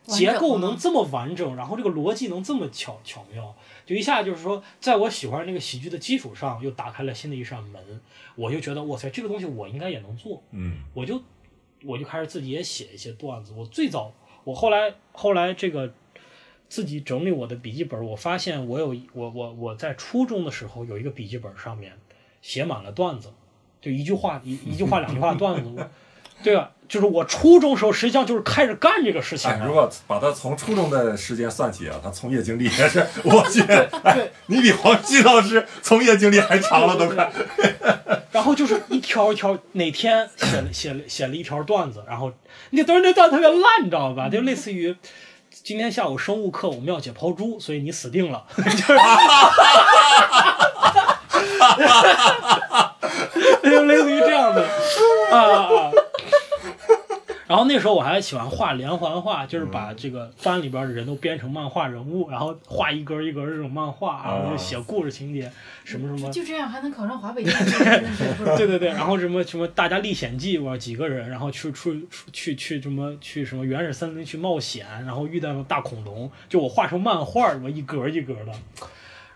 [SPEAKER 4] 完整
[SPEAKER 2] 结构
[SPEAKER 4] 啊
[SPEAKER 2] 能这么完整，然后这个逻辑能这么巧巧妙，就一下就是说，在我喜欢那个喜剧的基础上，又打开了新的一扇门，我就觉得哇塞，这个东西我应该也能做，
[SPEAKER 1] 嗯，
[SPEAKER 2] 我就我就开始自己也写一些段子。我最早，我后来后来这个自己整理我的笔记本，我发现我有一我我我在初中的时候有一个笔记本上面写满了段子，就一句话一一句话两句话的段子， 对啊，就是我初中时候实际上就是开始干这个事情
[SPEAKER 1] 哎，如
[SPEAKER 2] 了。
[SPEAKER 1] 果把他从初中的时间算起啊，他从业经历也是，我去，哎，你比黄西老师从业经历还长了都快。
[SPEAKER 2] 然后就是一条一条，哪天写了写了写了一条段子，然后那都是那段子特别烂，你知道吧？就类似于今天下午生物课我们要解剖猪，所以你死定了， 就是。就类似于这样的 啊啊。然后那时候我还喜欢画连环画，就是把这个班里边的人都编成漫画人物，然后画一格一格这种漫画，然后就写故事情节，什么什么。
[SPEAKER 4] 就这样还能考上华北电力，真是不 容 易
[SPEAKER 2] 对对对，然后什么什么《大家历险记》哇，几个人，然后去出出去去什么去什么原始森林去冒险，然后遇到了大恐龙，就我画成漫画儿，我一格一格的。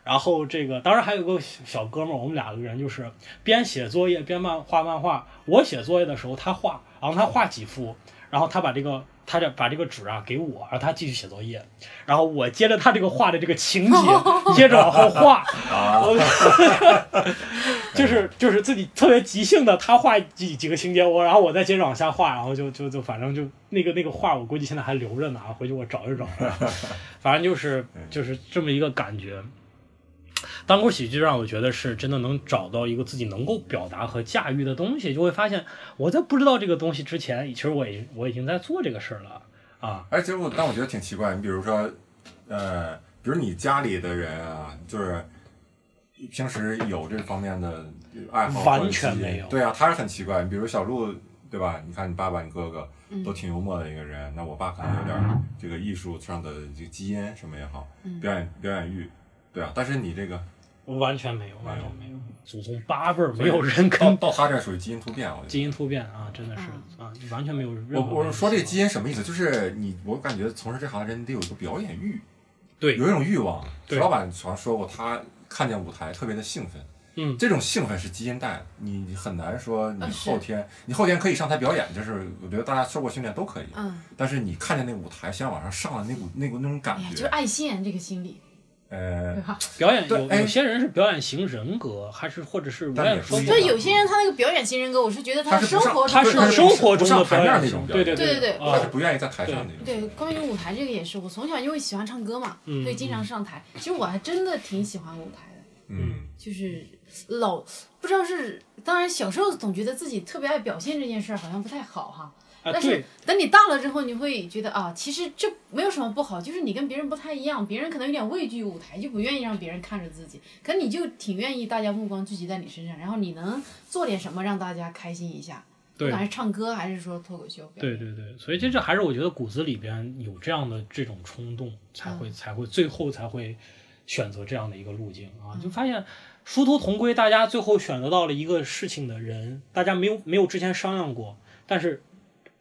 [SPEAKER 2] 然后这个当然还有个小哥们儿，我们俩个人就是边写作业边漫画漫画。我写作业的时候他画，然后他画几幅，然后他把这个他这把这个纸啊给我，然后他继续写作业，然后我接着他这个画的这个情节，接着往后画，我 就是就是自己特别即兴的，他画几几个情节，我然后我再接着往下画，然后就就就反正就那个那个画，我估计现在还留着呢，啊回去我找一找。 反正就是就是这么一个感觉。单口喜剧让我觉得是真的能找到一个自己能够表达和驾驭的东西，就会发现我在不知道这个东西之前，其实我已经我已经在做这个事儿了啊。
[SPEAKER 1] 而且我但我觉得挺奇怪，你比如说，呃，比如你家里的人啊，就是平时有这方面的爱好，
[SPEAKER 2] 完全没有
[SPEAKER 1] 对啊，他是很奇怪。你比如小鹿，对吧？你看你爸爸、你哥哥都挺幽默的一个人，那我爸可能有点这个艺术上的这个基因什么也好，表演表演欲，对啊。但是你这个
[SPEAKER 2] 完全没有，完全
[SPEAKER 1] 没
[SPEAKER 2] 没有，嗯哦祖宗八辈儿没有人
[SPEAKER 1] 到
[SPEAKER 2] 跟
[SPEAKER 1] 到他这儿属于基因突变，我觉得
[SPEAKER 2] 基因突变啊，真的是啊，完全没有任
[SPEAKER 1] 我
[SPEAKER 2] 何。
[SPEAKER 1] 我说这基因什么意思？就是你，我感觉从事这行的人，你得有一个表演欲，
[SPEAKER 2] 对
[SPEAKER 1] 有一种欲望。
[SPEAKER 2] 对
[SPEAKER 1] 石老板好像说过，他看见舞台特别的兴奋，
[SPEAKER 2] 嗯
[SPEAKER 1] 这种兴奋是基因带的，你你很难说你
[SPEAKER 4] 啊是
[SPEAKER 1] 后天，你后天可以上台表演，就是我觉得大家受过训练都可以。
[SPEAKER 4] 嗯，
[SPEAKER 1] 但是你看见那舞台想往上上的那股那股那种感
[SPEAKER 4] 哎呀，就是
[SPEAKER 1] 觉，
[SPEAKER 4] 爱现这个心理，
[SPEAKER 1] 呃
[SPEAKER 4] 对，吧？
[SPEAKER 2] 表演
[SPEAKER 1] 对
[SPEAKER 2] 有
[SPEAKER 1] 哎
[SPEAKER 2] 有些人是表演型人格，还是或者是我
[SPEAKER 1] 但
[SPEAKER 2] 也
[SPEAKER 1] 也
[SPEAKER 2] 说
[SPEAKER 1] 不一
[SPEAKER 2] 不
[SPEAKER 1] 定
[SPEAKER 4] 所以有些人他那个表演型人格，我是觉得
[SPEAKER 1] 他
[SPEAKER 4] 他
[SPEAKER 1] 是
[SPEAKER 4] 生
[SPEAKER 1] 不上
[SPEAKER 4] 活
[SPEAKER 2] 他
[SPEAKER 1] 对
[SPEAKER 2] 是
[SPEAKER 1] 他是
[SPEAKER 2] 生活
[SPEAKER 1] 不
[SPEAKER 2] 中
[SPEAKER 1] 上
[SPEAKER 2] 的
[SPEAKER 1] 台
[SPEAKER 2] 表
[SPEAKER 1] 面
[SPEAKER 2] 演
[SPEAKER 1] 那种
[SPEAKER 2] 型，
[SPEAKER 1] 表
[SPEAKER 2] 对
[SPEAKER 1] 演
[SPEAKER 2] 对
[SPEAKER 4] 对对对
[SPEAKER 1] 他是
[SPEAKER 2] 啊，
[SPEAKER 1] 不愿意在台上那种。嗯
[SPEAKER 4] 对，关于舞台这个也是，我从小因为喜欢唱歌嘛，
[SPEAKER 2] 嗯
[SPEAKER 4] 所以经常上台。其实我还真的挺喜欢舞台的，
[SPEAKER 1] 嗯，
[SPEAKER 4] 就是老不知道是，当然小时候总觉得自己特别爱表现这件事儿好像不太好哈。
[SPEAKER 2] 啊对
[SPEAKER 4] 但是等你大了之后，你会觉得啊，其实这没有什么不好，就是你跟别人不太一样，别人可能有点畏惧舞台，就不愿意让别人看着自己，可你就挺愿意大家目光聚集在你身上，然后你能做点什么让大家开心一下，不
[SPEAKER 2] 对
[SPEAKER 4] 管是唱歌还是说脱口秀表
[SPEAKER 2] 对
[SPEAKER 4] 演。
[SPEAKER 2] 对对，所以这这还是我觉得骨子里边有这样的这种冲动，才
[SPEAKER 1] 嗯
[SPEAKER 2] 会才会最后才会选择这样的一个路径啊，
[SPEAKER 1] 嗯
[SPEAKER 2] 就发现殊途同归，大家最后选择到了一个事情的人，大家没有没有之前商量过，但是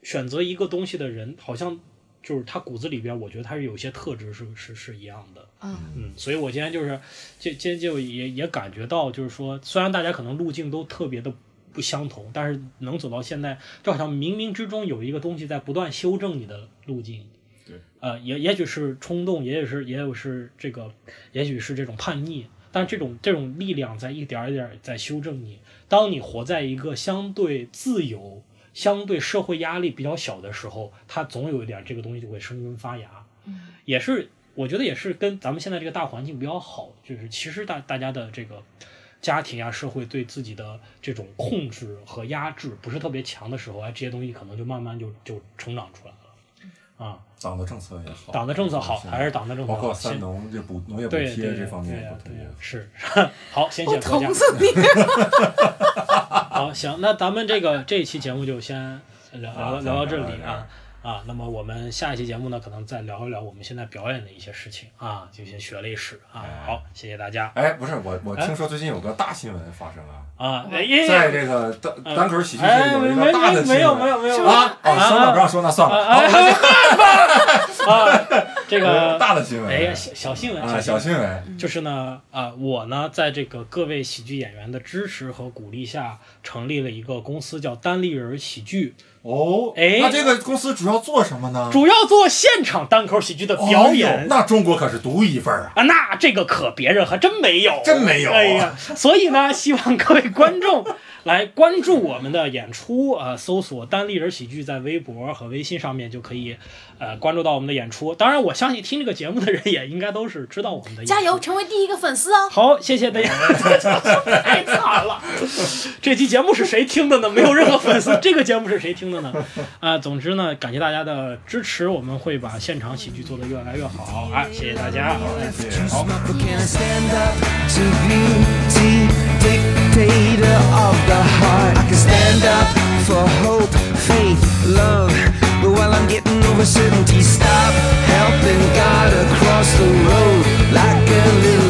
[SPEAKER 2] 选择一个东西的人，好像就是他骨子里边，我觉得他是有些特质是是是一样的。
[SPEAKER 4] 啊，
[SPEAKER 2] 嗯，所以我今天就是，今今天就也也感觉到，就是说，虽然大家可能路径都特别的不相同，但是能走到现在，就好像冥冥之中有一个东西在不断修正你的路径。
[SPEAKER 1] 对，
[SPEAKER 2] 呃，也也许是冲动，也许是也有是这个，也许是这种叛逆，但这种这种力量在一点儿一点儿在修正你。当你活在一个相对自由、相对社会压力比较小的时候，它总有一点儿这个东西就会生根发芽。也是我觉得也是跟咱们现在这个大环境比较好，就是其实大大家的这个家庭呀、社会对自己的这种控制和压制不是特别强的时候，哎，这些东西可能就慢慢就就成长出来了。啊，
[SPEAKER 1] 党的政策也哦好，
[SPEAKER 2] 党的政策好还是党的政策
[SPEAKER 1] 包
[SPEAKER 2] 好？
[SPEAKER 1] 括三
[SPEAKER 2] 先
[SPEAKER 1] 农这补农业补
[SPEAKER 2] 对
[SPEAKER 1] 贴
[SPEAKER 2] 对
[SPEAKER 1] 这方面
[SPEAKER 2] 对
[SPEAKER 1] 也
[SPEAKER 2] 呀
[SPEAKER 1] 不特啊
[SPEAKER 2] 对
[SPEAKER 1] 别
[SPEAKER 2] 呀是 好，先
[SPEAKER 4] 我
[SPEAKER 2] 谢国家
[SPEAKER 4] 疼。死 你！
[SPEAKER 2] 好，行，那咱们这个这一期节目就先聊
[SPEAKER 1] 啊
[SPEAKER 2] 聊聊到这
[SPEAKER 1] 咱们
[SPEAKER 2] 里
[SPEAKER 1] 聊到
[SPEAKER 2] 啊啊，那么我们下一期节目呢，可能再聊一聊我们现在表演的一些事情啊，就先学历史啊。好，谢谢大家
[SPEAKER 1] 哎，不是我，我听说最近有个大新闻发生了，
[SPEAKER 2] 啊，哎 耶
[SPEAKER 1] 在这个单单口喜剧界
[SPEAKER 2] 哎，
[SPEAKER 1] 有
[SPEAKER 2] 没
[SPEAKER 1] 一个
[SPEAKER 2] 没
[SPEAKER 1] 大的
[SPEAKER 2] 没
[SPEAKER 1] 新
[SPEAKER 2] 没有没
[SPEAKER 1] 闻
[SPEAKER 2] 有没有
[SPEAKER 1] 啊啊！算了，不让说那算了，
[SPEAKER 2] 哎哎啊，这个
[SPEAKER 1] 呃大的新闻，
[SPEAKER 2] 哎呀小小新闻
[SPEAKER 1] 啊，小新闻，
[SPEAKER 2] 就是呢，啊，我呢，在这个各位喜剧演员的支持和鼓励下，成立了一个公司，叫单立人喜剧，
[SPEAKER 1] 哦，
[SPEAKER 2] 哎
[SPEAKER 1] 那这个公司主要做什么呢？
[SPEAKER 2] 主要做现场单口喜剧的表
[SPEAKER 1] 哦
[SPEAKER 2] 演。
[SPEAKER 1] 那中国可是独一份儿啊！
[SPEAKER 2] 啊，那这个可别人还真没有，
[SPEAKER 1] 真没有啊
[SPEAKER 2] 哎呀，所以呢，希望各位观众来关注我们的演出啊、呃搜索“单立人喜剧”在微博和微信上面就可以，呃，关注到我们的演出。当然，我相信听这个节目的人也应该都是知道我们的演出。
[SPEAKER 4] 加油，成为第一个粉丝哦！
[SPEAKER 2] 好，谢谢大家，
[SPEAKER 1] 哎
[SPEAKER 2] 太惨了。这期节目是谁听的呢？没有任何粉丝，这个节目是谁听的呢？啊、总之呢，感谢大家的支持，我们会把现场喜剧做得越来越好啊！谢谢大家，哎
[SPEAKER 1] 谢谢好。
[SPEAKER 3] Can I stand up to beauty, dictator of the heart? I can stand up for hope, faith, love. But while I'm getting over certainty, stop helping God across the road like a little